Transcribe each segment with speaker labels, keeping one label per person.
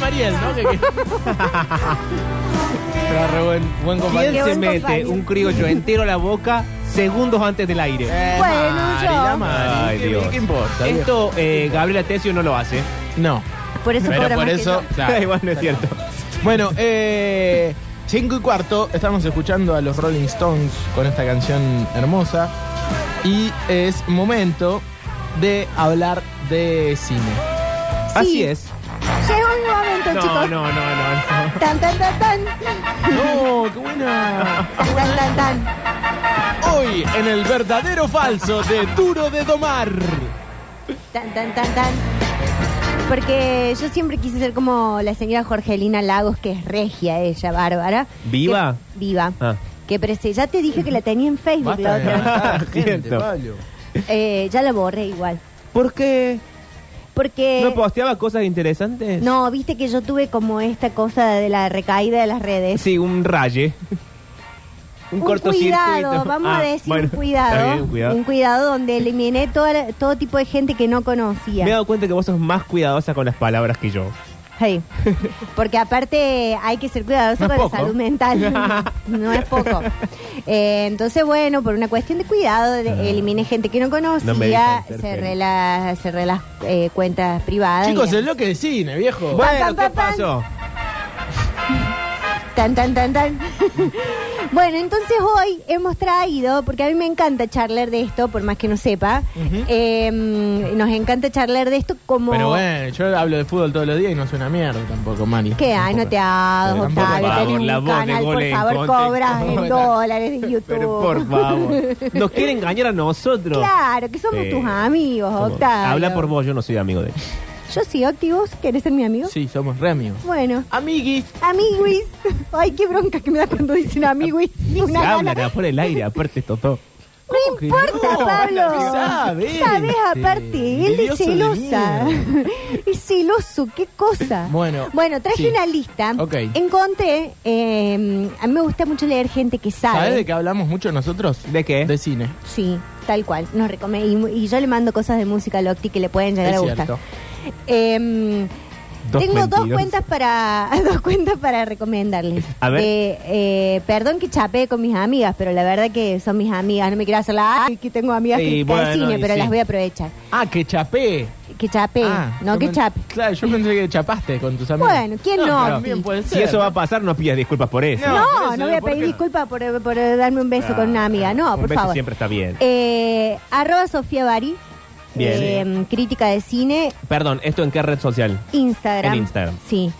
Speaker 1: Gabriel, ¿no? Que- que- Pero re buen, buen
Speaker 2: ¿Quién
Speaker 1: compañero.
Speaker 3: Qué
Speaker 2: se
Speaker 3: buen
Speaker 2: mete
Speaker 3: compañero.
Speaker 2: un criollo entero a la boca segundos antes del aire?
Speaker 1: Eh,
Speaker 3: Bueno,
Speaker 1: Mari,
Speaker 3: yo.
Speaker 1: la Mari,
Speaker 2: Ay,
Speaker 1: ¿qué-
Speaker 2: Dios.
Speaker 1: ¿Qué importa? viejo?
Speaker 2: Esto eh, Gabriela Tesio no lo hace.
Speaker 1: No.
Speaker 3: Por eso
Speaker 1: Pero
Speaker 3: cobra
Speaker 1: por
Speaker 3: más que
Speaker 1: eso,
Speaker 3: yo.
Speaker 1: claro.
Speaker 2: Igual no es cierto.
Speaker 1: Bueno, eh, 5 y cuarto, estamos escuchando a los Rolling Stones con esta canción hermosa. Y es momento de hablar de cine.
Speaker 2: Así es.
Speaker 3: Llegó un momento,
Speaker 2: No, no,
Speaker 3: chicos.
Speaker 2: no, no.
Speaker 3: Tan, tan, tan, tan.
Speaker 1: ¡No! ¡Oh, ¡Qué buena!
Speaker 3: Tan, tan, tan, tan.
Speaker 1: Hoy, en el verdadero falso de Duro de Domar.
Speaker 3: Tan, tan, tan, tan. Porque yo siempre quise ser como la señora Jorgelina Lagos, que es regia ella, bárbara.
Speaker 2: ¿Viva?
Speaker 3: Que- viva.
Speaker 2: Ah.
Speaker 3: Que prese- ya te dije que la tenía en Facebook la
Speaker 1: Basta de
Speaker 3: otra
Speaker 1: matar gente,
Speaker 2: Cierto.
Speaker 1: Pablo.
Speaker 3: vez. Eh, ya la borré igual.
Speaker 2: ¿Por qué?
Speaker 3: Porque.
Speaker 2: ¿No posteaba cosas interesantes?
Speaker 3: Eh, No, viste que yo tuve como esta cosa de la recaída de las redes.
Speaker 2: Sí, un raye.
Speaker 3: Un, cuidado, vamos
Speaker 2: Ah,
Speaker 3: a decir
Speaker 2: bueno,
Speaker 3: un cuidado.
Speaker 2: está bien, un cuidado.
Speaker 3: Un cuidado donde eliminé toda la- todo tipo de gente que no conocía.
Speaker 2: Me he dado cuenta que vos sos más cuidadosa con las palabras que yo.
Speaker 3: Sí. Porque aparte hay que ser cuidadoso
Speaker 1: No es
Speaker 3: con
Speaker 1: poco.
Speaker 3: la salud mental. no es poco. Eh, entonces, bueno, por una cuestión de cuidado, de- eliminé gente que no conocía,
Speaker 2: Ah. No me dejan ser
Speaker 3: cerré,
Speaker 2: feliz.
Speaker 3: la- cerré las eh, cuentas privadas.
Speaker 1: Chicos,
Speaker 3: y-
Speaker 1: el bloque de cine, viejo.
Speaker 2: Bueno,
Speaker 3: pam,
Speaker 2: ¿qué
Speaker 3: pam, pam.
Speaker 2: pasó?
Speaker 3: Tan, tan, tan, tan. bueno, entonces hoy hemos traído, porque a mí me encanta charlar de esto, por más que no sepa, eh, nos encanta charlar de esto como...
Speaker 1: Pero bueno, yo hablo de fútbol todos los días y no suena mierda tampoco, Mari.
Speaker 3: ¿Qué? ah, Ay, no te hagas,
Speaker 1: Pero tampoco,
Speaker 3: Octavio, tenés
Speaker 1: por
Speaker 2: favor,
Speaker 3: un
Speaker 2: la voz de
Speaker 3: canal, por
Speaker 2: Golem,
Speaker 3: favor,
Speaker 2: conte-
Speaker 3: cobras en
Speaker 1: Bueno.
Speaker 3: dólares de YouTube.
Speaker 2: Pero por favor. Nos quiere engañar a nosotros.
Speaker 3: Claro, que somos
Speaker 2: Eh,
Speaker 3: tus amigos,
Speaker 2: somos-
Speaker 3: Octavio.
Speaker 2: Habla por vos, yo no soy amigo de él.
Speaker 3: Yo sí, Octi, ¿vos querés ser mi amigo?
Speaker 1: Sí, somos re amigos.
Speaker 3: Bueno,
Speaker 1: Amiguis.
Speaker 3: amiguis. Ay, qué bronca que me da cuando dicen amiguis.
Speaker 2: Se
Speaker 3: Una gana.
Speaker 2: hablan por el aire, aparte, Totó.
Speaker 3: No importa,
Speaker 1: no?
Speaker 3: Pablo.
Speaker 1: Sabes,
Speaker 3: Sabes,
Speaker 1: este,
Speaker 3: aparte, él es
Speaker 1: envidioso de
Speaker 3: celosa. es celoso, qué cosa.
Speaker 1: Bueno,
Speaker 3: bueno traje
Speaker 1: sí.
Speaker 3: una lista.
Speaker 1: Ok.
Speaker 3: Encontré, eh, a mí me gusta mucho leer gente que sabe.
Speaker 1: ¿Sabes de qué hablamos mucho nosotros?
Speaker 2: ¿De qué?
Speaker 1: De cine.
Speaker 3: Sí, tal cual. Nos recome- y, y yo le mando cosas de música a Locti que le pueden llegar
Speaker 1: Es
Speaker 3: a
Speaker 1: cierto.
Speaker 3: gustar. Em,
Speaker 2: Dos
Speaker 3: tengo dos
Speaker 2: mentirosos.
Speaker 3: cuentas para dos cuentas para recomendarles.
Speaker 2: A ver.
Speaker 3: De, eh, perdón que chapé con mis amigas, pero la verdad que son mis amigas. No me quiero hacer la ay, que tengo amigas
Speaker 2: Sí,
Speaker 3: que
Speaker 2: bueno,
Speaker 3: de cine,
Speaker 2: y
Speaker 3: pero
Speaker 2: sí.
Speaker 3: las voy a aprovechar.
Speaker 1: Ah, que chapé.
Speaker 3: Que chape,
Speaker 1: Ah,
Speaker 3: no
Speaker 1: yo
Speaker 3: que
Speaker 1: pen-
Speaker 3: chape.
Speaker 1: Claro, yo pensé que chapaste con tus amigos.
Speaker 3: Bueno, ¿quién no?
Speaker 1: pero También puede
Speaker 2: Si
Speaker 1: ser.
Speaker 2: eso va a pasar, no pidas disculpas Ah, por eso.
Speaker 1: No, por
Speaker 3: No,
Speaker 1: eso
Speaker 3: no voy a
Speaker 1: digo, ¿por
Speaker 3: pedir
Speaker 1: qué no?
Speaker 3: disculpas por, por darme un beso
Speaker 2: Ah.
Speaker 3: con una amiga. No,
Speaker 2: Un
Speaker 3: por
Speaker 2: beso
Speaker 3: favor.
Speaker 2: siempre está bien.
Speaker 3: Eh, arroba Sofía Bari.
Speaker 2: Bien.
Speaker 3: eh, crítica de cine,
Speaker 2: Perdón, ¿esto en qué red social?
Speaker 3: Instagram.
Speaker 2: En Instagram.
Speaker 3: Sí.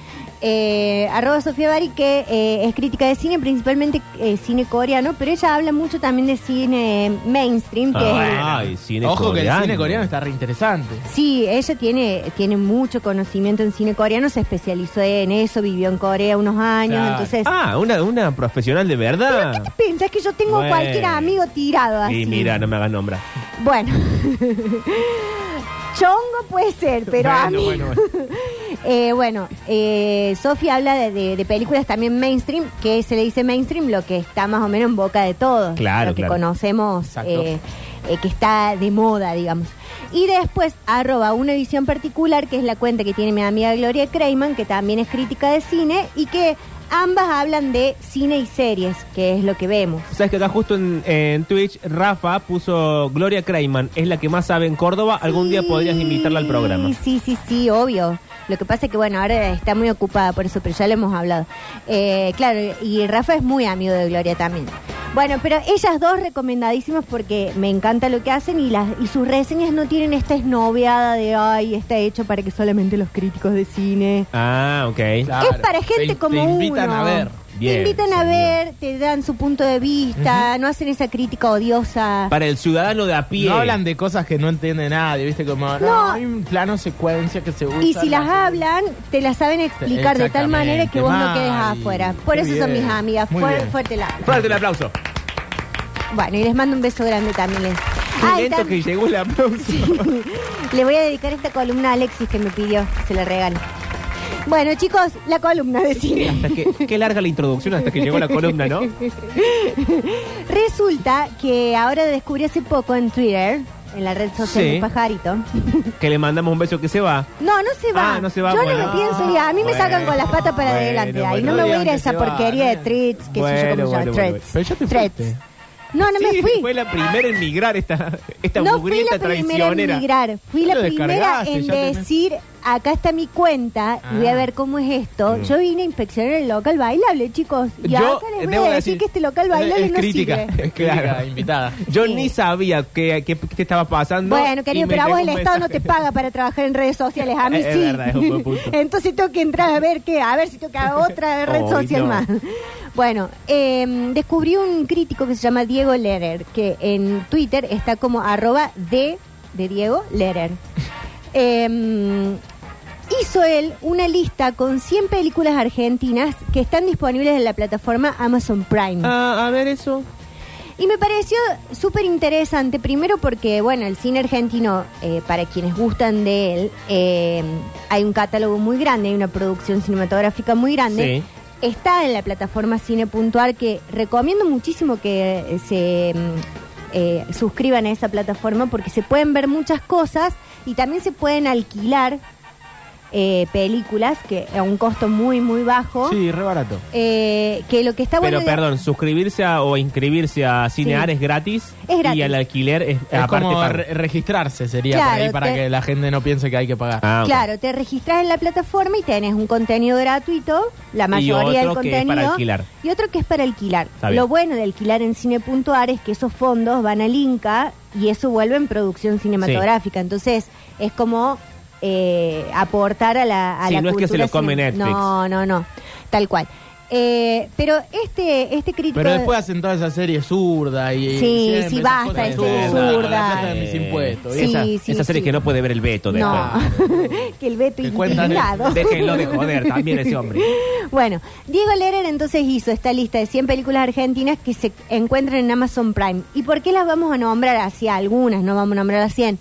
Speaker 3: Eh, arroba Sofía Bari, que eh, es crítica de cine, principalmente eh, cine coreano, pero ella habla mucho también de cine mainstream, que es el-
Speaker 2: Ah, bueno. Ay, cine
Speaker 1: Eh, Ojo que el
Speaker 2: coreano.
Speaker 1: cine coreano está re interesante.
Speaker 3: Sí, ella tiene, tiene mucho conocimiento en cine coreano, se especializó en eso, vivió en Corea unos años,
Speaker 1: Claro.
Speaker 3: entonces...
Speaker 2: Ah, una, una profesional de verdad.
Speaker 3: ¿Qué te piensas que yo tengo
Speaker 2: Bueno.
Speaker 3: cualquier amigo tirado así?
Speaker 2: Y mira, no me hagas nombrar.
Speaker 3: Bueno. Chongo puede ser, pero a mí...
Speaker 1: Bueno, bueno, bueno.
Speaker 3: Eh, bueno, eh, Sofía habla de, de- de películas también mainstream, que se le dice mainstream lo que está más o menos en boca de todos,
Speaker 2: Claro,
Speaker 3: lo que
Speaker 2: claro.
Speaker 3: conocemos,
Speaker 1: Exacto.
Speaker 3: eh, eh, que está de moda, digamos. Y después, arroba una visión particular, que es la cuenta que tiene mi amiga Gloria Creiman, que también es crítica de cine, y que ambas hablan de cine y series, que es lo que vemos.
Speaker 2: Sabes que acá justo en, en Twitch, Rafa puso Gloria Creiman, es la que más sabe en Córdoba. Algún día
Speaker 3: Sí,
Speaker 2: podrías invitarla al programa.
Speaker 3: Sí, sí, sí, obvio. Lo que pasa es que, bueno, ahora está muy ocupada por eso, pero ya lo hemos hablado. Eh, claro, y Rafa es muy amigo de Gloria también. Bueno, pero ellas dos recomendadísimas porque me encanta lo que hacen y las y sus reseñas no tienen esta esnoviada de, ay, está hecho para que solamente los críticos de cine...
Speaker 2: Ah, ok.
Speaker 1: Claro.
Speaker 3: Es para gente
Speaker 1: Te- te
Speaker 3: como
Speaker 1: invitan
Speaker 3: uno.
Speaker 1: a ver.
Speaker 2: Bien,
Speaker 3: te invitan a
Speaker 2: señor.
Speaker 3: ver, te dan su punto de vista, no hacen esa crítica odiosa.
Speaker 2: Para el ciudadano de a pie.
Speaker 1: No hablan de cosas que no entiende nadie, ¿viste? Como, no,
Speaker 3: No.
Speaker 1: hay un plano secuencia que se usa.
Speaker 3: Y si las
Speaker 1: no sé.
Speaker 3: hablan, te las saben explicar de tal manera que vos no quedes
Speaker 1: Mari.
Speaker 3: afuera. Por
Speaker 1: Qué
Speaker 3: eso son
Speaker 1: bien.
Speaker 3: mis amigas.
Speaker 1: Muy
Speaker 3: Fuer-
Speaker 1: bien.
Speaker 3: fuerte la.
Speaker 2: Fuerte el aplauso.
Speaker 3: Bueno, y les mando un beso grande también. Les,
Speaker 2: Qué
Speaker 3: Ay,
Speaker 2: lento
Speaker 3: tam-
Speaker 2: que llegó el aplauso.
Speaker 3: le voy a dedicar esta columna a Alexis que me pidió, se la regalo. Bueno, chicos, la columna de cine.
Speaker 2: Hasta que- qué larga la introducción hasta que llegó la columna, ¿no?
Speaker 3: Resulta que ahora descubrí hace poco en Twitter en la red social
Speaker 2: Sí.
Speaker 3: de Pajarito.
Speaker 2: Que le mandamos un beso que se va.
Speaker 3: No, no se va.
Speaker 2: Ah, no se va,
Speaker 3: Yo
Speaker 2: bueno.
Speaker 3: lo que pienso y a mí me
Speaker 2: Bueno,
Speaker 3: sacan con las patas para
Speaker 2: bueno,
Speaker 3: adelante. Ahí
Speaker 2: bueno.
Speaker 3: no me voy a ir
Speaker 2: Obviamente
Speaker 3: a esa
Speaker 2: se va,
Speaker 3: porquería de
Speaker 2: ¿no?
Speaker 3: threads, que sé yo
Speaker 2: Bueno,
Speaker 3: cómo se
Speaker 2: bueno,
Speaker 3: llama,
Speaker 2: bueno.
Speaker 3: threads.
Speaker 1: Pero ya te
Speaker 3: Threads.
Speaker 1: fuiste.
Speaker 3: No, no
Speaker 2: Sí,
Speaker 3: me fui.
Speaker 2: Fue la primera en migrar esta, esta
Speaker 3: no fui
Speaker 2: mugrienta
Speaker 3: la primera en
Speaker 2: traicionera.
Speaker 3: migrar, fui la
Speaker 1: Ya lo
Speaker 3: primera
Speaker 1: descargaste,
Speaker 3: en
Speaker 1: ya tenés.
Speaker 3: decir, acá está mi cuenta y voy a
Speaker 1: Ah.
Speaker 3: ver cómo es esto. Yo vine a inspeccionar el local bailable, chicos. Y acá les voy a
Speaker 2: debo
Speaker 3: decir, que este local bailable
Speaker 2: es
Speaker 3: no
Speaker 2: crítica,
Speaker 3: sirve.
Speaker 2: es
Speaker 1: Claro.
Speaker 2: crítica,
Speaker 1: invitada.
Speaker 2: Yo
Speaker 3: Sí.
Speaker 2: ni sabía qué que, que estaba pasando.
Speaker 3: Bueno,
Speaker 2: y
Speaker 3: querido,
Speaker 2: me
Speaker 3: pero a
Speaker 2: llegó
Speaker 3: vos el
Speaker 2: un
Speaker 3: Estado no te
Speaker 2: mensaje.
Speaker 3: paga para trabajar en redes sociales, a mí
Speaker 2: Es
Speaker 3: sí.
Speaker 2: verdad, es un buen punto.
Speaker 3: Entonces tengo que entrar a ver qué, a ver si tengo que hacer otra red
Speaker 2: Ay,
Speaker 3: social
Speaker 2: no.
Speaker 3: más. Bueno, eh, descubrí un crítico que se llama Diego Lerer, que en Twitter está como arroba de, de Diego Lerer. Eh, hizo él una lista con 100 películas argentinas que están disponibles en la plataforma Amazon Prime.
Speaker 2: Ah, a ver eso.
Speaker 3: Y me pareció súper interesante, primero porque, bueno, el cine argentino, eh, para quienes gustan de él, eh, hay un catálogo muy grande, hay una producción cinematográfica muy grande. Está en la plataforma Cine Puntual, que recomiendo muchísimo que eh, se mm, eh, suscriban a esa plataforma porque se pueden ver muchas cosas y también se pueden alquilar eh, películas que a un costo muy, muy bajo.
Speaker 1: Sí, re barato.
Speaker 3: Eh, que lo que está bueno
Speaker 2: Pero
Speaker 3: de-
Speaker 2: perdón, suscribirse a- o inscribirse a Cinear
Speaker 3: Sí.
Speaker 2: es gratis.
Speaker 3: Es gratis.
Speaker 2: Y al alquiler es,
Speaker 1: Es
Speaker 2: aparte
Speaker 1: como
Speaker 2: pago.
Speaker 1: re- registrarse sería por
Speaker 3: Claro,
Speaker 1: ahí para
Speaker 3: te-
Speaker 1: que la gente no piense que hay que pagar.
Speaker 2: Ah, ok.
Speaker 3: Claro, te registras en la plataforma y tenés un contenido gratuito, la mayoría del
Speaker 2: otro que
Speaker 3: contenido.
Speaker 2: es para alquilar.
Speaker 3: Y otro que es para alquilar.
Speaker 2: Está bien.
Speaker 3: Lo bueno de alquilar en Cine.ar es que esos fondos van al Inca y eso vuelve en producción cinematográfica. Entonces, es como eh, aportar a la. A
Speaker 2: Sí,
Speaker 3: la
Speaker 2: no es que se
Speaker 3: cultura
Speaker 2: lo come
Speaker 3: cine-
Speaker 2: Netflix.
Speaker 3: No, no, no. Tal cual. Eh, pero este, este crítico.
Speaker 1: Pero después hacen toda esa serie zurda y. y
Speaker 3: Sí,
Speaker 1: siempre
Speaker 3: sí,
Speaker 1: esas
Speaker 3: basta de
Speaker 1: cosas zurdas,
Speaker 3: zurda.
Speaker 1: con La plata de mis
Speaker 2: Eh,
Speaker 1: impuestos.
Speaker 3: Sí,
Speaker 2: esa,
Speaker 3: sí,
Speaker 2: esa serie
Speaker 3: sí.
Speaker 2: que no puede ver el Beto
Speaker 3: no,
Speaker 2: después.
Speaker 3: que el Beto
Speaker 1: Que cuentan-
Speaker 3: indignado.
Speaker 2: Déjenlo de joder también ese hombre.
Speaker 3: Bueno, Diego Lerer entonces hizo esta lista de 100 películas argentinas que se encuentran en Amazon Prime. ¿Y por qué las vamos a nombrar así? Algunas, no vamos a nombrar a 100.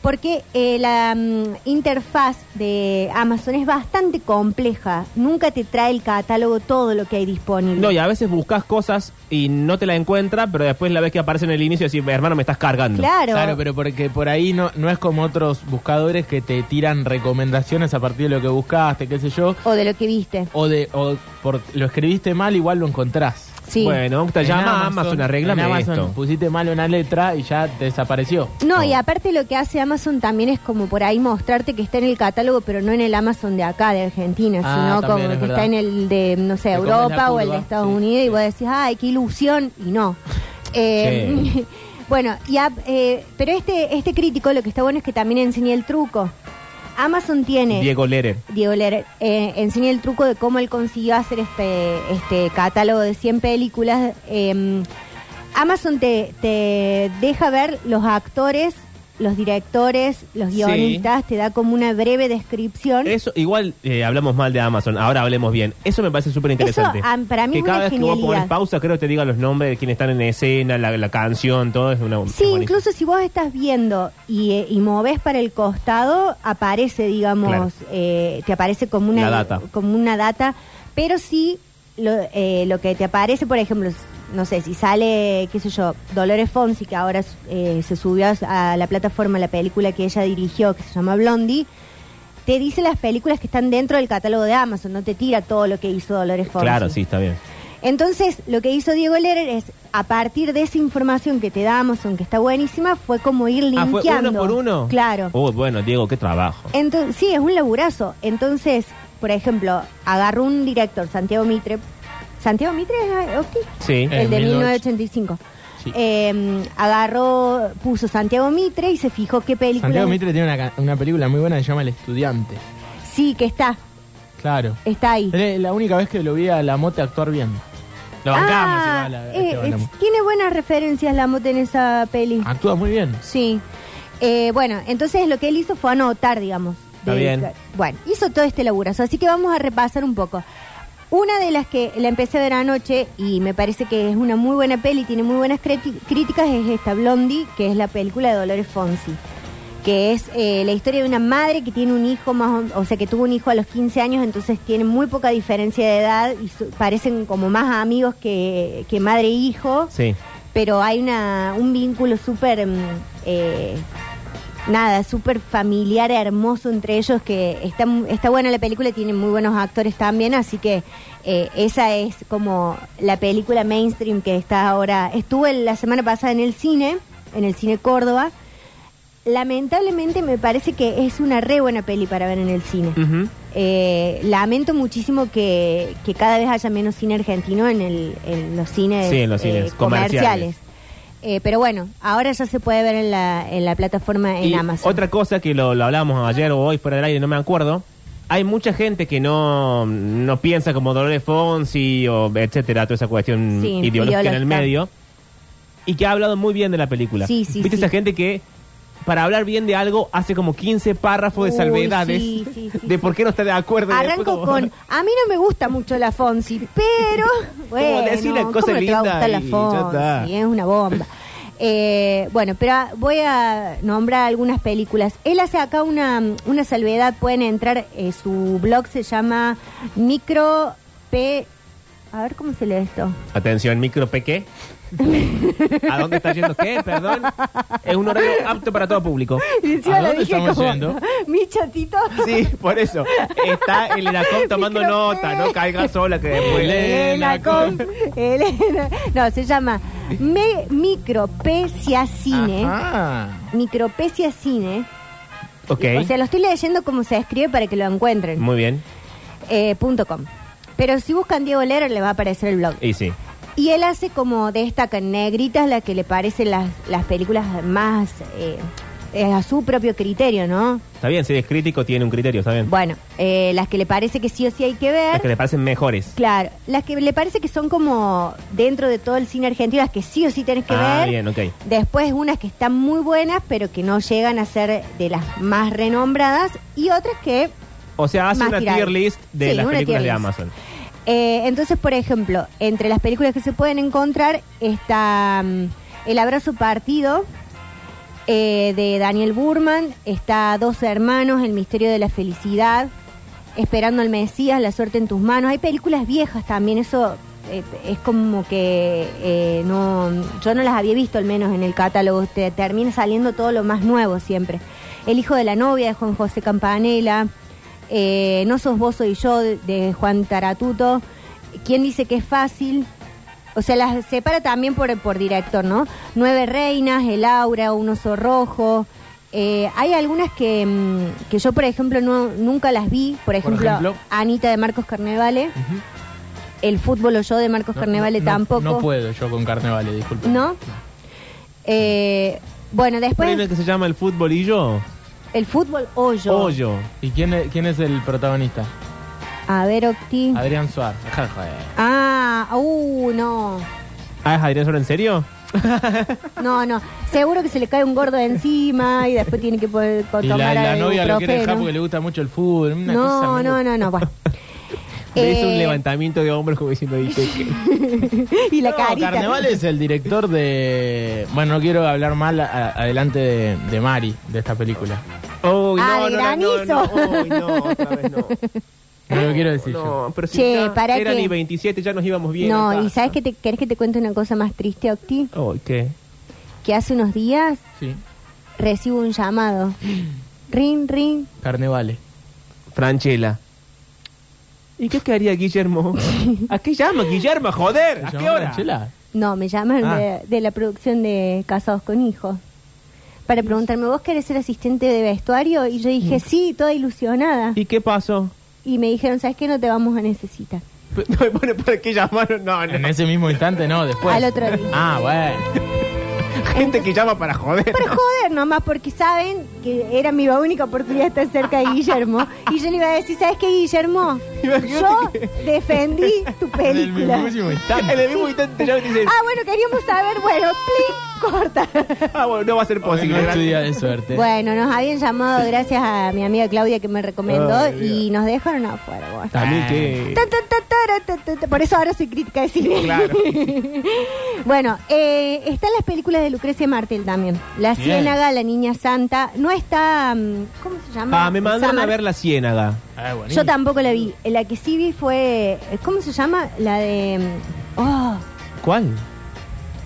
Speaker 3: Porque eh, la mm, interfaz de Amazon es bastante compleja. Nunca te trae el catálogo todo lo que hay disponible.
Speaker 2: No, y a veces buscas cosas y no te la encuentras, pero después la ves que aparece en el inicio y decís, hermano, me estás cargando.
Speaker 3: Claro.
Speaker 1: Claro, pero porque por ahí no, no es como otros buscadores que te tiran recomendaciones a partir de lo que buscaste, qué sé yo,
Speaker 3: O de lo que viste.
Speaker 1: o de o por lo escribiste mal igual lo encontrás.
Speaker 3: Sí.
Speaker 2: Bueno, te
Speaker 1: En
Speaker 2: llama Amazon,
Speaker 1: en
Speaker 2: arreglame
Speaker 1: Amazon
Speaker 2: esto.
Speaker 1: pusiste mal una letra y ya desapareció.
Speaker 3: No, y aparte lo que hace Amazon también es como por ahí mostrarte que está en el catálogo, pero no en el Amazon de acá, de Argentina,
Speaker 1: Ah,
Speaker 3: sino
Speaker 1: también
Speaker 3: como
Speaker 1: es
Speaker 3: que
Speaker 1: verdad.
Speaker 3: está en el de, no sé,
Speaker 1: Te comes la
Speaker 3: Europa o el de
Speaker 1: curva,
Speaker 3: Estados
Speaker 1: sí,
Speaker 3: Unidos, y vos decís, ay, qué ilusión, y no. Eh, bueno, y a- eh, pero este, este crítico lo que está bueno es que también enseña el truco. Amazon tiene...
Speaker 2: Diego Lerer.
Speaker 3: Diego Ler eh, enseña el truco de cómo él consiguió hacer este, este catálogo de 100 películas. Eh, Amazon te, te deja ver los actores, los directores, los
Speaker 2: Sí.
Speaker 3: guionistas, te da como una breve descripción.
Speaker 2: Eso, igual eh, hablamos mal de Amazon, ahora hablemos bien. Eso me parece súper interesante.
Speaker 3: Eso, ah, para mí
Speaker 2: que
Speaker 3: es
Speaker 2: cada
Speaker 3: una
Speaker 2: vez que vos
Speaker 3: genialidad.
Speaker 2: pones pausa, creo que te digan los nombres de quienes están en escena, la, la canción, todo es una.
Speaker 3: Sí,
Speaker 2: es buenísimo.
Speaker 3: incluso si vos estás viendo y, eh, y moves para el costado, aparece, digamos,
Speaker 2: Claro.
Speaker 3: eh, te aparece como una
Speaker 2: La data.
Speaker 3: como una data, pero sí lo, eh, lo que te aparece, por ejemplo, no sé, si sale, qué sé yo, Dolores Fonsi, que ahora eh, se subió a la plataforma la película que ella dirigió, que se llama Blondie, te dice las películas que están dentro del catálogo de Amazon, no te tira todo lo que hizo Dolores Fonsi.
Speaker 2: Claro, sí, está bien.
Speaker 3: Entonces, lo que hizo Diego Lerer es, a partir de esa información que te da Amazon, que está buenísima, fue como ir
Speaker 2: Ah, ¿fue
Speaker 3: linkeando.
Speaker 2: uno por uno?
Speaker 3: Claro.
Speaker 2: Oh, bueno, Diego, qué trabajo.
Speaker 3: Entonces, sí, es un laburazo. Entonces, por ejemplo, agarró un director, Santiago Mitre. ¿Santiago Mitre es eh, Octi?
Speaker 2: Sí.
Speaker 1: Eh,
Speaker 3: El de
Speaker 1: 1980.
Speaker 3: 1985.
Speaker 1: Sí.
Speaker 3: Eh, agarró, puso Santiago Mitre y se fijó qué película.
Speaker 1: Santiago Mitre tiene una, ca- una película muy buena que se llama El Estudiante.
Speaker 3: Sí, que está,
Speaker 1: Claro.
Speaker 3: está ahí.
Speaker 1: Es la única vez que lo vi a la mote actuar bien. Lo bancamos
Speaker 3: Ah,
Speaker 1: igual a- a
Speaker 3: eh,
Speaker 1: Esteban Lamote.
Speaker 3: es- tiene buenas referencias la moto en esa peli.
Speaker 1: Actúa muy bien.
Speaker 3: Sí. Eh, bueno, entonces lo que él hizo fue anotar, digamos.
Speaker 2: Está bien.
Speaker 3: Bueno, hizo todo este laburazo. Así que vamos a repasar un poco. Una de las que la empecé a ver anoche y me parece que es una muy buena peli, tiene muy buenas creti- críticas, es esta Blondie, que es la película de Dolores Fonsi, que es eh, la historia de una madre que tiene un hijo, más o, o sea, que tuvo un hijo a los 15 años, entonces tiene muy poca diferencia de edad y su- parecen como más amigos que, que madre e hijo
Speaker 2: Sí.
Speaker 3: pero hay una, un vínculo súper, mm, eh, nada, súper familiar, hermoso entre ellos, que está, mu- está buena la película, tiene muy buenos actores también, así que eh, esa es como la película mainstream que está ahora. Estuve la semana pasada en el cine, en el cine Córdoba. Lamentablemente me parece que es una re buena peli para ver en el cine.
Speaker 2: Ujú.
Speaker 3: Eh, lamento muchísimo que, que cada vez haya menos cine argentino en, el, en los cines,
Speaker 2: Sí, en los cines comerciales.
Speaker 3: Eh, pero bueno, ahora ya se puede ver en la, en la plataforma en
Speaker 2: Y
Speaker 3: Amazon.
Speaker 2: Otra cosa que lo, lo hablábamos ayer o hoy fuera del aire, no me acuerdo. Hay mucha gente que no, no piensa como Dolores Fonsi o etcétera, toda esa cuestión
Speaker 3: Sí,
Speaker 2: ideológica en el
Speaker 3: ideológica.
Speaker 2: medio. Y que ha hablado muy bien de la película.
Speaker 3: Sí, sí,
Speaker 2: ¿Viste
Speaker 3: sí.
Speaker 2: esa gente que para hablar bien de algo hace como 15 párrafos de
Speaker 3: Uy,
Speaker 2: salvedades
Speaker 3: sí, sí, sí,
Speaker 2: de
Speaker 3: sí.
Speaker 2: por qué no está de acuerdo? y después
Speaker 3: Arranco
Speaker 2: como-
Speaker 3: con, a mí no me gusta mucho la Fonsi, pero bueno,
Speaker 2: decir la cosa
Speaker 3: ¿cómo no te va
Speaker 2: linda
Speaker 3: a gustar la
Speaker 2: y ya está?
Speaker 3: Fonsi? Es una bomba. Eh, bueno, pero ah, voy a nombrar algunas películas. Él hace acá una, una salvedad, pueden entrar, eh, su blog se llama Micro P... A ver cómo se lee esto.
Speaker 2: Atención, micro peque. ¿A dónde está yendo qué? Perdón. Es un horario apto para todo público.
Speaker 3: Y encima
Speaker 1: ¿A
Speaker 3: lo
Speaker 1: dónde
Speaker 3: dije
Speaker 1: estamos
Speaker 3: como,
Speaker 1: yendo?
Speaker 3: Mi chatito.
Speaker 2: Sí, por eso. Está el Enacom tomando
Speaker 3: Micro
Speaker 2: nota,
Speaker 3: P.
Speaker 2: no caiga sola que después.
Speaker 1: Elena,
Speaker 3: Elena, con- Elena. No, se llama Me, Micropecia Cine.
Speaker 1: Ajá.
Speaker 3: Micropecia Cine.
Speaker 2: Ok,
Speaker 3: O sea, lo estoy leyendo como se escribe para que lo encuentren.
Speaker 2: muy bien.
Speaker 3: Eh, punto com. Pero si buscan Diego Lera le va a aparecer el blog.
Speaker 2: Y sí.
Speaker 3: Y él hace como destaca en negritas la que le parecen las, las películas más eh, eh, a su propio criterio, ¿no?
Speaker 2: Está bien, si eres crítico tiene un criterio, está bien.
Speaker 3: Bueno, eh, las que le parece que sí o sí hay que ver.
Speaker 2: Las que le parecen mejores.
Speaker 3: Claro, las que le parece que son como dentro de todo el cine argentino, las que sí o sí tenés que
Speaker 2: Ah,
Speaker 3: ver.
Speaker 2: bien, ok.
Speaker 3: Después unas que están muy buenas, pero que no llegan a ser de las más renombradas. Y otras que...
Speaker 2: O sea, hace
Speaker 3: Más
Speaker 2: una
Speaker 3: tirado.
Speaker 2: tier list de
Speaker 3: Sí,
Speaker 2: las
Speaker 3: una
Speaker 2: películas
Speaker 3: tier
Speaker 2: de
Speaker 3: list.
Speaker 2: Amazon.
Speaker 3: eh, entonces, por ejemplo, entre las películas que se pueden encontrar está mm, El Abrazo Partido eh, de Daniel Burman, está Dos Hermanos, El Misterio de la Felicidad, Esperando al Mesías, La Suerte en tus manos. Hay películas viejas también, eso eh, es como que eh, no, yo no las había visto al menos en el catálogo, te termina saliendo todo lo más nuevo siempre. El hijo de la novia de Juan José Campanella, eh, No sos vos soy yo de, de Juan Taratuto, ¿Quién dice que es fácil? O sea, las separa también por, por director, ¿no? Nueve Reinas, El Aura, Un Oso Rojo. Eh, hay algunas que, mm, que yo, por ejemplo, no, nunca las vi. Por ejemplo,
Speaker 1: ejemplo.
Speaker 3: Anita de Marcos Carnevale. El fútbol o yo de Marcos
Speaker 1: No,
Speaker 3: Carnevale
Speaker 1: no, no,
Speaker 3: tampoco.
Speaker 1: No puedo yo con Carnevale, disculpe.
Speaker 3: ¿No? Eh, bueno,
Speaker 2: Bueno,
Speaker 3: después
Speaker 2: que se llama El Fútbol y yo.
Speaker 3: el fútbol hoyo.
Speaker 2: Hoyo.
Speaker 1: ¿Y quién es, quién es el protagonista?
Speaker 3: A ver, Octi.
Speaker 1: Adrián Suárez. Jaja.
Speaker 3: Ah, uh, no.
Speaker 2: Ah, es Adrián Soro, ¿en serio?
Speaker 3: No, no. Seguro que se le cae un gordo encima y después tiene que poder co-
Speaker 1: Y la,
Speaker 3: tomar
Speaker 1: la novia lo quiere dejar
Speaker 3: ibuprofeno.
Speaker 1: porque le gusta mucho el fútbol. una cosa
Speaker 3: No,
Speaker 1: medio-
Speaker 3: no, no, no. Bueno.
Speaker 2: Le hizo un
Speaker 3: Eh,
Speaker 2: levantamiento de hombros como diciendo, "Dice que-".
Speaker 3: y la
Speaker 1: No,
Speaker 3: carita.
Speaker 1: Carnaval es el director de. Bueno, no quiero hablar mal a- adelante de, de Mari, de esta película.
Speaker 2: Uy,
Speaker 3: Ah,
Speaker 2: no, no,
Speaker 3: de
Speaker 2: no, no,
Speaker 3: granizo.
Speaker 2: uy, no, otra vez no.
Speaker 1: No lo quiero decir yo.
Speaker 2: No, pero si
Speaker 3: Che,
Speaker 2: ya
Speaker 3: ¿para
Speaker 2: eran
Speaker 3: qué?
Speaker 2: y 27 ya nos íbamos bien.
Speaker 3: No,
Speaker 2: acá.
Speaker 3: y ¿sabes que te, querés que te cuente una cosa más triste, Octi?
Speaker 2: Oh, ¿qué?
Speaker 3: Que hace unos días
Speaker 1: Sí.
Speaker 3: recibo un llamado. Ring, ring.
Speaker 1: Carnevale.
Speaker 2: Franchela. ¿Y qué haría Guillermo? ¿A qué llama Guillermo? Joder, ¿a
Speaker 1: ¿Se
Speaker 2: qué
Speaker 1: llama
Speaker 2: hora?
Speaker 1: Franchella?
Speaker 3: No, me llaman
Speaker 1: Ah.
Speaker 3: de, de la producción de Casados con Hijos. Para preguntarme, ¿vos querés ser asistente de vestuario? Y yo dije, sí, toda ilusionada.
Speaker 2: ¿Y qué pasó?
Speaker 3: Y me dijeron, ¿sabes qué? No te vamos a necesitar.
Speaker 2: Bueno, ¿para qué llamaron? No,
Speaker 1: En
Speaker 2: no.
Speaker 1: ese mismo instante, no, después.
Speaker 3: Al otro día.
Speaker 1: Ah, bueno.
Speaker 2: Gente que llama para joder.
Speaker 3: Para joder nomás, porque saben que era mi única oportunidad de estar cerca de Guillermo. Y yo le iba a decir, ¿sabes qué, Guillermo?
Speaker 2: Imagínate
Speaker 3: Yo
Speaker 2: que-
Speaker 3: defendí tu
Speaker 1: En el
Speaker 3: película.
Speaker 1: mismísimo
Speaker 2: En
Speaker 1: instante.
Speaker 2: el mismo instante ya me dicen,
Speaker 3: Ah, bueno, queríamos saber, bueno, plin, corta.
Speaker 2: ah, bueno, no va a ser
Speaker 1: Posible
Speaker 2: posible. gracias.
Speaker 1: día de suerte.
Speaker 3: Bueno, nos habían llamado gracias a mi amiga Claudia que me recomendó
Speaker 2: Ay,
Speaker 3: y nos dejaron afuera. bueno.
Speaker 2: A mí que...
Speaker 3: Ta, ta, ta, tara, ta, ta, ta. Por eso ahora soy crítica de cine.
Speaker 2: Claro.
Speaker 3: bueno, eh, están las películas de Lucrecia Martel también. La
Speaker 1: Bien.
Speaker 3: Ciénaga, La Niña Santa. No está. mm, ¿Cómo se llama?
Speaker 2: Ah, me mandaron a
Speaker 3: Samar.
Speaker 2: ver La Ciénaga.
Speaker 1: Ah, buenísimo.
Speaker 3: Yo tampoco la vi. eh, La que sí vi fue. ¿Cómo se llama? La de. mm, Oh,
Speaker 2: ¿Cuál?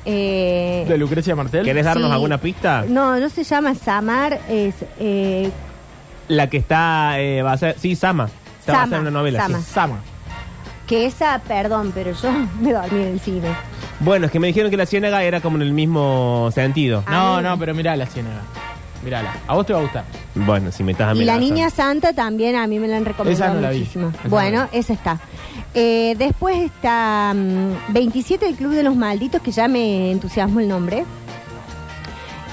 Speaker 3: eh,
Speaker 1: ¿De Lucrecia Martel?
Speaker 2: ¿Querés darnos
Speaker 3: sí.
Speaker 2: alguna pista?
Speaker 3: No, no se llama Samar, es eh,
Speaker 2: La que está eh, va a ser. Sí, Sama. Está va a
Speaker 3: Sama,
Speaker 2: ser una novela. sí.
Speaker 3: Sama.
Speaker 1: Sama.
Speaker 3: que esa, perdón, pero yo me dormí en el cine.
Speaker 2: Bueno, es que me dijeron que la ciénaga era como en el mismo sentido.
Speaker 1: No,
Speaker 3: Ah.
Speaker 1: no, pero mirá la ciénaga. Mirala. A vos te va a gustar.
Speaker 2: Bueno, si me estás
Speaker 3: Y la
Speaker 2: amenazando.
Speaker 3: Niña Santa también a mí me la han
Speaker 1: Esa
Speaker 3: recomendado
Speaker 1: no la vi.
Speaker 3: muchísimo.
Speaker 1: Esa no
Speaker 3: bueno,
Speaker 1: la
Speaker 3: esa está. Eh, después está mm, 27 el Club de los Malditos, que ya me entusiasmo el nombre.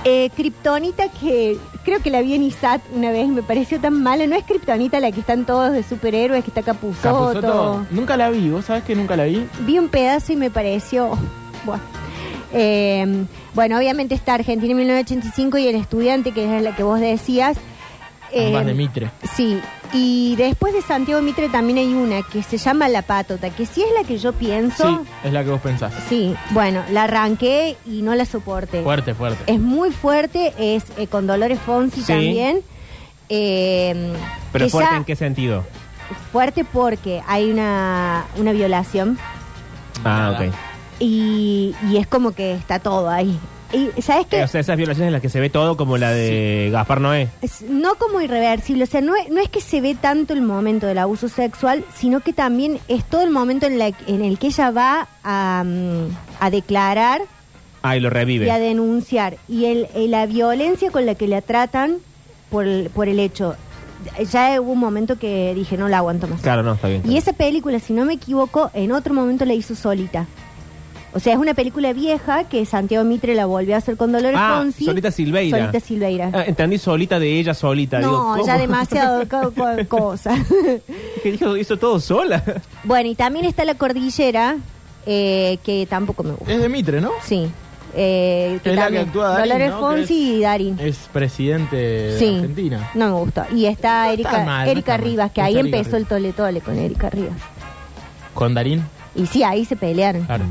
Speaker 3: Eh, Kryptonita, que creo que la vi en ISAT una vez y me pareció tan mala. No es Kryptonita la que están todos de superhéroes, que está Capuzoto.
Speaker 1: Capusotto, nunca la vi. ¿Vos sabés que nunca la vi?
Speaker 3: Vi un pedazo y me pareció. Bueno. Eh, bueno, obviamente está Argentina en 1985 y El Estudiante, que es la que vos decías.
Speaker 1: Ambas
Speaker 3: Eh,
Speaker 1: de Mitre.
Speaker 3: Sí, y después de Santiago Mitre también hay una que se llama La Patota, que sí es la que yo
Speaker 1: Sí,
Speaker 3: pienso.
Speaker 1: es la que vos pensás.
Speaker 3: Sí, bueno, la arranqué y no la soporté.
Speaker 1: Fuerte, fuerte.
Speaker 3: Es muy fuerte, es eh, con Dolores Fonsi
Speaker 2: Sí.
Speaker 3: también. Eh,
Speaker 2: Pero
Speaker 3: que
Speaker 2: fuerte
Speaker 3: ya-
Speaker 2: en qué sentido.
Speaker 3: fuerte porque hay una, una violación
Speaker 2: Ah, ok.
Speaker 3: y, y es como que está todo ahí. Y, ¿Sabes qué?
Speaker 2: Eh, o sea, esas violaciones en las que se ve todo como la de Gaspar Noé.
Speaker 3: Es- no como irreversible, o sea, no es, no es que se ve tanto el momento del abuso sexual, sino que también es todo el momento en, la- en el que ella va a, mm, a declarar
Speaker 2: Ah, y lo revive.
Speaker 3: y a denunciar. Y el, eh, la violencia con la que la tratan por el, por el hecho. Ya hubo un momento que dije, no la aguanto más.
Speaker 2: Claro, no, está bien. está
Speaker 3: Y
Speaker 2: bien.
Speaker 3: esa película, si no me equivoco, en otro momento la hizo solita. O sea, es una película vieja que Santiago Mitre la volvió a hacer con Dolores
Speaker 2: Ah,
Speaker 3: Fonsi.
Speaker 2: Solita Silveira.
Speaker 3: Solita Silveira.
Speaker 2: Ah, entendí solita de ella solita.
Speaker 3: No,
Speaker 2: Digo, ¿cómo?
Speaker 3: ya demasiado co- co- cosa.
Speaker 2: que dijo, hizo todo sola.
Speaker 3: bueno, y también está la cordillera, eh, que tampoco me gusta.
Speaker 1: Es de Mitre, ¿no?
Speaker 3: Sí. eh,
Speaker 1: Es la
Speaker 3: también-
Speaker 1: que actúa Darín,
Speaker 3: Dolores
Speaker 1: ¿no?
Speaker 3: Fonsi
Speaker 1: Que
Speaker 3: y Darín.
Speaker 1: Es presidente de
Speaker 3: Sí.
Speaker 1: Argentina.
Speaker 3: No me gustó. Y está
Speaker 1: No está
Speaker 3: Erika,
Speaker 1: mal, no
Speaker 3: Erika
Speaker 1: está mal.
Speaker 3: Rivas, que
Speaker 1: Está
Speaker 3: ahí
Speaker 1: Erika
Speaker 3: empezó
Speaker 1: Rivas.
Speaker 3: el tole tole con Erika Rivas.
Speaker 1: ¿Con Darín?
Speaker 3: Y sí, ahí se pelearon.
Speaker 1: Claro.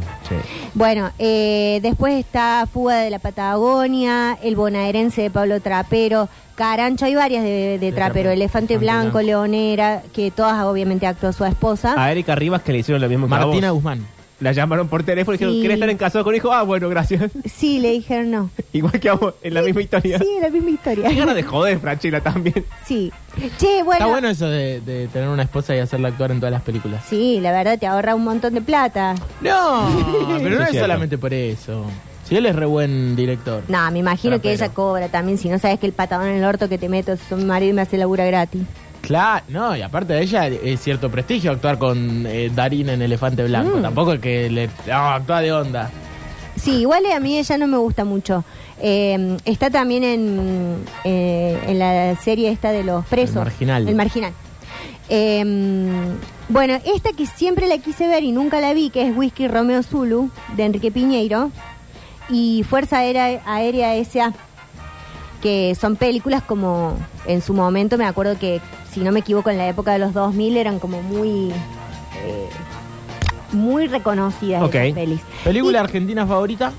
Speaker 3: Bueno, eh, después está Fuga de la Patagonia, El Bonaerense de Pablo Trapero, Carancho, hay varias de, de
Speaker 1: De
Speaker 3: Trapero,
Speaker 1: Trapero.
Speaker 3: Elefante
Speaker 1: Elefante
Speaker 3: Blanco,
Speaker 1: Blanco.
Speaker 3: Leonera, que todas obviamente actuó su esposa.
Speaker 2: A Erika Rivas que le hicieron lo mismo que
Speaker 1: Martina
Speaker 2: a vos.
Speaker 1: Guzmán.
Speaker 2: La llamaron por teléfono y dijeron,
Speaker 3: Sí.
Speaker 2: ¿querés estar en casado con hijo? Ah, bueno, gracias.
Speaker 3: Sí, le dijeron no.
Speaker 2: Igual que a vos, en la misma historia.
Speaker 3: Sí, la misma historia.
Speaker 2: Qué ganas de joder, Franchila, también.
Speaker 3: Sí. Che, bueno.
Speaker 1: Está bueno eso de, de tener una esposa y hacerla actuar en todas las películas.
Speaker 3: Sí, la verdad te ahorra un montón de plata.
Speaker 1: No,
Speaker 2: Eso
Speaker 1: pero no
Speaker 2: es
Speaker 1: es
Speaker 2: cierto.
Speaker 1: solamente por eso. Si él es re buen director.
Speaker 3: No, me imagino que
Speaker 1: Trapero.
Speaker 3: ella cobra también. Si no sabes que el patadón en el orto que te meto, su marido me hace labura gratis.
Speaker 1: Claro, no, y aparte de ella es cierto prestigio actuar con eh, Darín en Elefante Blanco. Tampoco es que le no, actúa de onda.
Speaker 3: Sí, igual a mí ella no me gusta mucho. Eh, está también en, eh, en la serie esta de los presos.
Speaker 1: El Marginal.
Speaker 3: El marginal. Eh, bueno, esta que siempre la quise ver y nunca la vi, que es Whisky Romeo Zulu, de Enrique Piñeiro, y Fuerza Aérea, Aérea S.A., que son películas como en su momento, me acuerdo que, si no me equivoco, en la época de los 2000 eran como muy... eh, muy reconocidas
Speaker 2: Ok.
Speaker 3: esas pelis.
Speaker 1: ¿Película argentina favorita?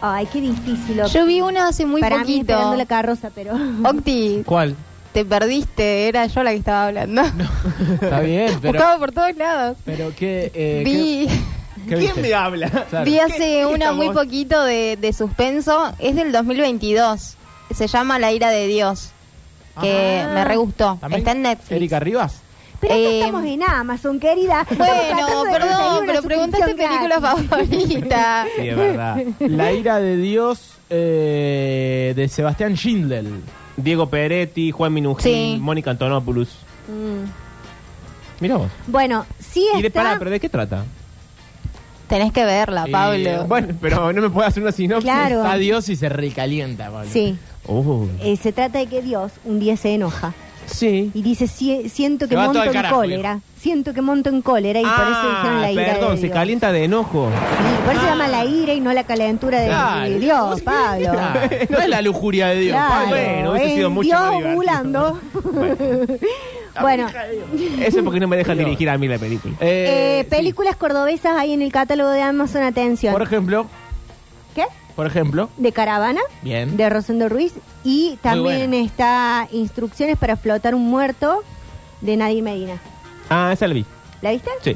Speaker 3: Ay, qué difícil. Octi.
Speaker 4: Yo vi una hace muy
Speaker 3: Para mí
Speaker 4: poquito.
Speaker 3: esperando la carroza, pero...
Speaker 4: Octi,
Speaker 2: ¿Cuál?
Speaker 4: te perdiste, era yo la que estaba hablando.
Speaker 1: Está bien, pero.
Speaker 4: Buscaba por todos lados.
Speaker 1: Pero qué. eh,
Speaker 4: vi
Speaker 1: qué- qué
Speaker 2: ¿Quién
Speaker 1: viste?
Speaker 2: me habla?
Speaker 1: Claro.
Speaker 4: vi
Speaker 2: ¿Qué-
Speaker 4: hace
Speaker 2: qué
Speaker 4: una muy
Speaker 2: estamos?
Speaker 4: poquito de, de suspenso, es del 2022. Se llama La ira de Dios, que
Speaker 1: Ah.
Speaker 4: me re gustó.
Speaker 1: ¿También
Speaker 4: Está en Netflix.
Speaker 1: Erika Rivas.
Speaker 3: Pero acá
Speaker 4: Eh,
Speaker 3: estamos en Amazon, querida. Estamos tratando
Speaker 4: Bueno,
Speaker 3: de conseguir
Speaker 4: perdón,
Speaker 3: una
Speaker 4: pero preguntaste
Speaker 3: suscripción
Speaker 4: película
Speaker 3: gratis.
Speaker 4: favorita.
Speaker 2: Sí, es verdad.
Speaker 1: La ira de Dios eh, de Sebastián Schindel.
Speaker 2: Diego Peretti, Juan Minujín,
Speaker 4: Sí.
Speaker 2: Mónica Antonopoulos.
Speaker 3: Mm.
Speaker 2: Mira vos.
Speaker 3: Bueno, sí
Speaker 2: Y de
Speaker 3: está...
Speaker 2: pará, pero ¿de qué trata?
Speaker 4: Tenés que verla,
Speaker 1: Y-
Speaker 4: Pablo.
Speaker 2: Bueno, pero no me puede hacer una sinopsis.
Speaker 3: Claro.
Speaker 1: Está Dios y se recalienta, Pablo.
Speaker 3: Sí,
Speaker 2: Uh,
Speaker 3: eh, se trata de que Dios un día se enoja
Speaker 2: sí.
Speaker 3: y dice, "Sie- siento que
Speaker 1: Se va
Speaker 3: monto
Speaker 1: todo al
Speaker 3: en
Speaker 1: carajo,
Speaker 3: cólera, siento que monto en cólera y por eso dijeron la ira
Speaker 2: Ah, perdón,
Speaker 3: de
Speaker 2: se
Speaker 3: Dios.
Speaker 2: calienta Ah. de enojo.
Speaker 3: Sí, por eso se llama la ira y no la calentura de
Speaker 1: Claro.
Speaker 3: Dios, Pablo.
Speaker 1: Ah, no es la lujuria de Dios.
Speaker 3: Claro,
Speaker 2: Bueno, hubiese
Speaker 3: es
Speaker 2: sido mucho
Speaker 3: Dios
Speaker 2: más divertido.
Speaker 3: ovulando. bueno,
Speaker 2: Eso es porque no me dejan dirigir a mí la película.
Speaker 3: eh,
Speaker 1: sí.
Speaker 3: películas cordobesas hay en el catálogo de Amazon, atención.
Speaker 1: Por ejemplo,
Speaker 3: ¿Qué?
Speaker 1: por ejemplo,
Speaker 3: De Caravana,
Speaker 1: bien.
Speaker 3: de Rosendo Ruiz. Y también
Speaker 1: buena.
Speaker 3: está Instrucciones para flotar un muerto, de Nadie Medina.
Speaker 2: Ah, esa la vi.
Speaker 3: ¿La viste?
Speaker 2: Sí.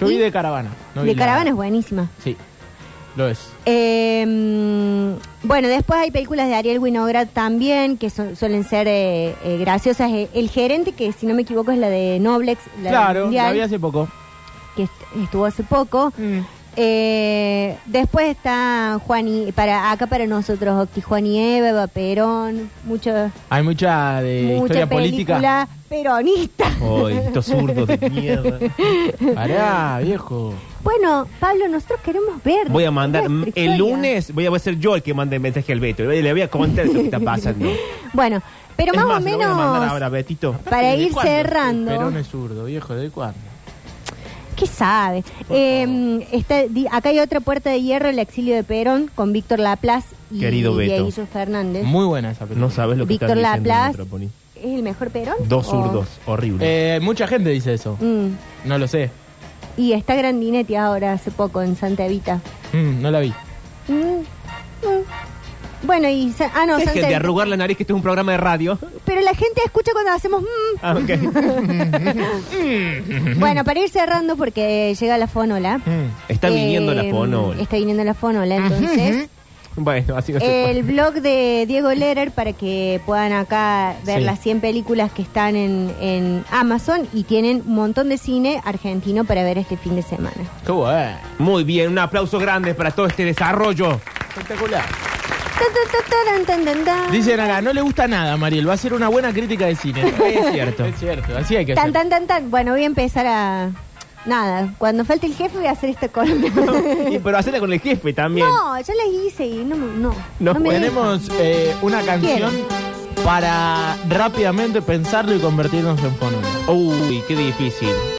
Speaker 1: Yo vi
Speaker 3: ¿Y?
Speaker 1: de caravana. no vi
Speaker 3: de
Speaker 1: la-
Speaker 3: Caravana es buenísima.
Speaker 1: Sí. Lo es.
Speaker 3: Eh, bueno, después hay películas de Ariel Winograd también, que son- suelen ser eh, eh, graciosas. Eh, El gerente, que si no me equivoco es la de Noblex, la del
Speaker 1: claro,
Speaker 3: Mundial,
Speaker 1: la vi hace poco.
Speaker 3: que est- estuvo hace poco.
Speaker 1: Mm.
Speaker 3: Eh, después está Juan y, para acá para nosotros, Octi Juan y Eva, Eva Perón, mucho,
Speaker 1: Hay mucha
Speaker 2: Eh,
Speaker 1: de
Speaker 3: mucha
Speaker 1: historia política.
Speaker 3: película peronista.
Speaker 2: Ay, estos zurdos de mierda.
Speaker 1: Pará, viejo.
Speaker 3: Bueno, Pablo, nosotros queremos ver.
Speaker 2: Voy a mandar
Speaker 3: nuestra
Speaker 2: el
Speaker 3: historia.
Speaker 2: lunes, voy a, voy a ser yo el que mande el mensaje al Beto. Le voy a contar lo que está pasando.
Speaker 3: Bueno, pero
Speaker 2: Es
Speaker 3: más, o
Speaker 2: más, se lo voy a mandar
Speaker 3: menos
Speaker 2: ahora, Betito.
Speaker 3: para
Speaker 1: ¿Desde
Speaker 3: ir
Speaker 1: cuándo?
Speaker 3: cerrando.
Speaker 1: Perón es zurdo, viejo, ¿de cuándo?
Speaker 3: ¿Qué sabe? Eh, está- di- acá hay otra puerta de hierro, el exilio de Perón, con Víctor Laplace y
Speaker 2: Querido Beto.
Speaker 3: Dieguillo Fernández.
Speaker 1: Muy buena esa película.
Speaker 2: No sabes lo que
Speaker 3: Víctor
Speaker 2: están diciendo.
Speaker 3: Laplace. Oh.
Speaker 2: Metrópoli.
Speaker 3: ¿Es el mejor Perón?
Speaker 2: Dos
Speaker 3: ¿O?
Speaker 2: zurdos, horrible.
Speaker 1: Eh, mucha gente dice eso.
Speaker 3: Mm.
Speaker 1: No lo sé.
Speaker 3: Y está Grandinetti ahora, hace poco, en Santa Evita.
Speaker 1: Mm, no la vi.
Speaker 3: Mm. Mm. Bueno, y... Sa- Ah, no, Santa
Speaker 2: Dejen de
Speaker 3: Evita.
Speaker 2: arrugar la nariz que este es un programa de radio.
Speaker 3: Pero la gente escucha cuando hacemos... mm.
Speaker 2: Ah, ok.
Speaker 3: Bueno, para ir cerrando, porque llega la fonola.
Speaker 1: Mm.
Speaker 2: Está
Speaker 3: Eh,
Speaker 2: viniendo la fono.
Speaker 3: Está viniendo la fonola, entonces...
Speaker 2: Bueno, así no se puede.
Speaker 3: El blog de Diego Lerer para que puedan acá ver
Speaker 1: Sí.
Speaker 3: las 100 películas que están en, en Amazon y tienen un montón de cine argentino para ver este fin de semana.
Speaker 1: Qué bueno.
Speaker 2: Muy bien, un aplauso grande para todo este desarrollo.
Speaker 1: Espectacular.
Speaker 3: Tan, tan, tan, taran, tan, tan, tan.
Speaker 1: Dicen acá, no le gusta nada, Mariel. Va a ser una buena crítica de cine.
Speaker 2: Es cierto.
Speaker 1: es cierto, así hay que
Speaker 3: Tan,
Speaker 1: hacer.
Speaker 3: tan, tan, tan. Bueno, voy a empezar a... Nada, cuando falte el jefe voy a hacer esta columna.
Speaker 2: Y- Pero hacerla con el jefe también.
Speaker 3: no, yo las hice y no, me- no,
Speaker 2: No,
Speaker 3: no me
Speaker 1: Tenemos
Speaker 3: dejan.
Speaker 1: eh, una canción
Speaker 3: Quiero.
Speaker 1: para rápidamente pensarlo y convertirnos en fonólogo.
Speaker 2: Uy, qué difícil.